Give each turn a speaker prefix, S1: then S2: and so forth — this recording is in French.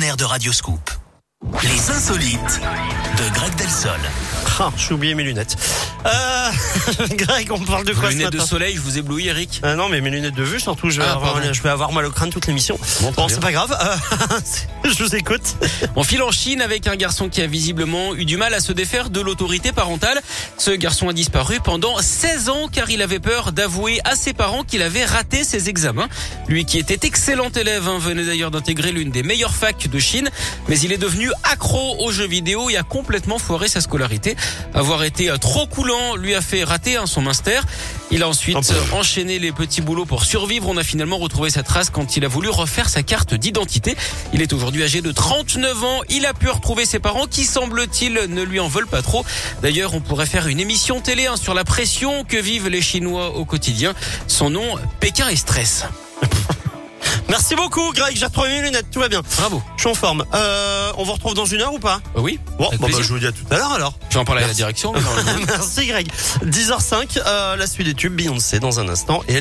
S1: partenaire de Radioscoop. Les insolites de Greg Delsol.
S2: Ah, j'ai oublié mes lunettes. Euh, Greg, on parle de
S3: Vos
S2: quoi
S3: lunettes
S2: ce
S3: de
S2: matin
S3: soleil, je vous éblouis, Eric.
S2: Ah non, mais mes lunettes de vue, surtout, je vais,
S3: Ah,
S2: avoir,
S3: pardon.
S2: je vais avoir mal au crâne toute l'émission.
S3: Bon,
S2: Bon,
S3: très
S2: c'est
S3: bien.
S2: pas grave. Euh, je vous écoute.
S3: On file en Chine avec un garçon qui a visiblement eu du mal à se défaire de l'autorité parentale. Ce garçon a disparu pendant 16 ans car il avait peur d'avouer à ses parents qu'il avait raté ses examens. Lui qui était excellent élève hein, venait d'ailleurs d'intégrer l'une des meilleures facs de Chine, mais il est devenu accro aux jeux vidéo et a complètement foiré sa scolarité. Avoir été euh, trop coulant lui a fait rater hein, son master. Il a ensuite
S2: Oh, pff.
S3: euh, enchaîné les petits boulots pour survivre. On a finalement retrouvé sa trace quand il a voulu refaire sa carte d'identité. Il est aujourd'hui âgé de 39 ans. Il a pu retrouver ses parents qui, semble-t-il, ne lui en veulent pas trop. D'ailleurs, on pourrait faire une émission télé hein, sur la pression que vivent les Chinois au quotidien. Son nom, Pékin et Stress.
S2: Merci beaucoup, Greg. J'ai retrouvé mes lunettes. Tout va bien.
S3: Bravo.
S2: Je suis en forme. Euh, on vous retrouve dans une heure ou pas
S3: Euh, Oui,
S2: Bon,
S3: Avec
S2: bon, bah,
S3: plaisir.
S2: je vous dis à tout à l'heure alors.
S3: je vais en parler à la direction. mais normalement-
S2: Merci, Greg. 10h05, euh, la suite des tubes Beyoncé dans un instant. Et elle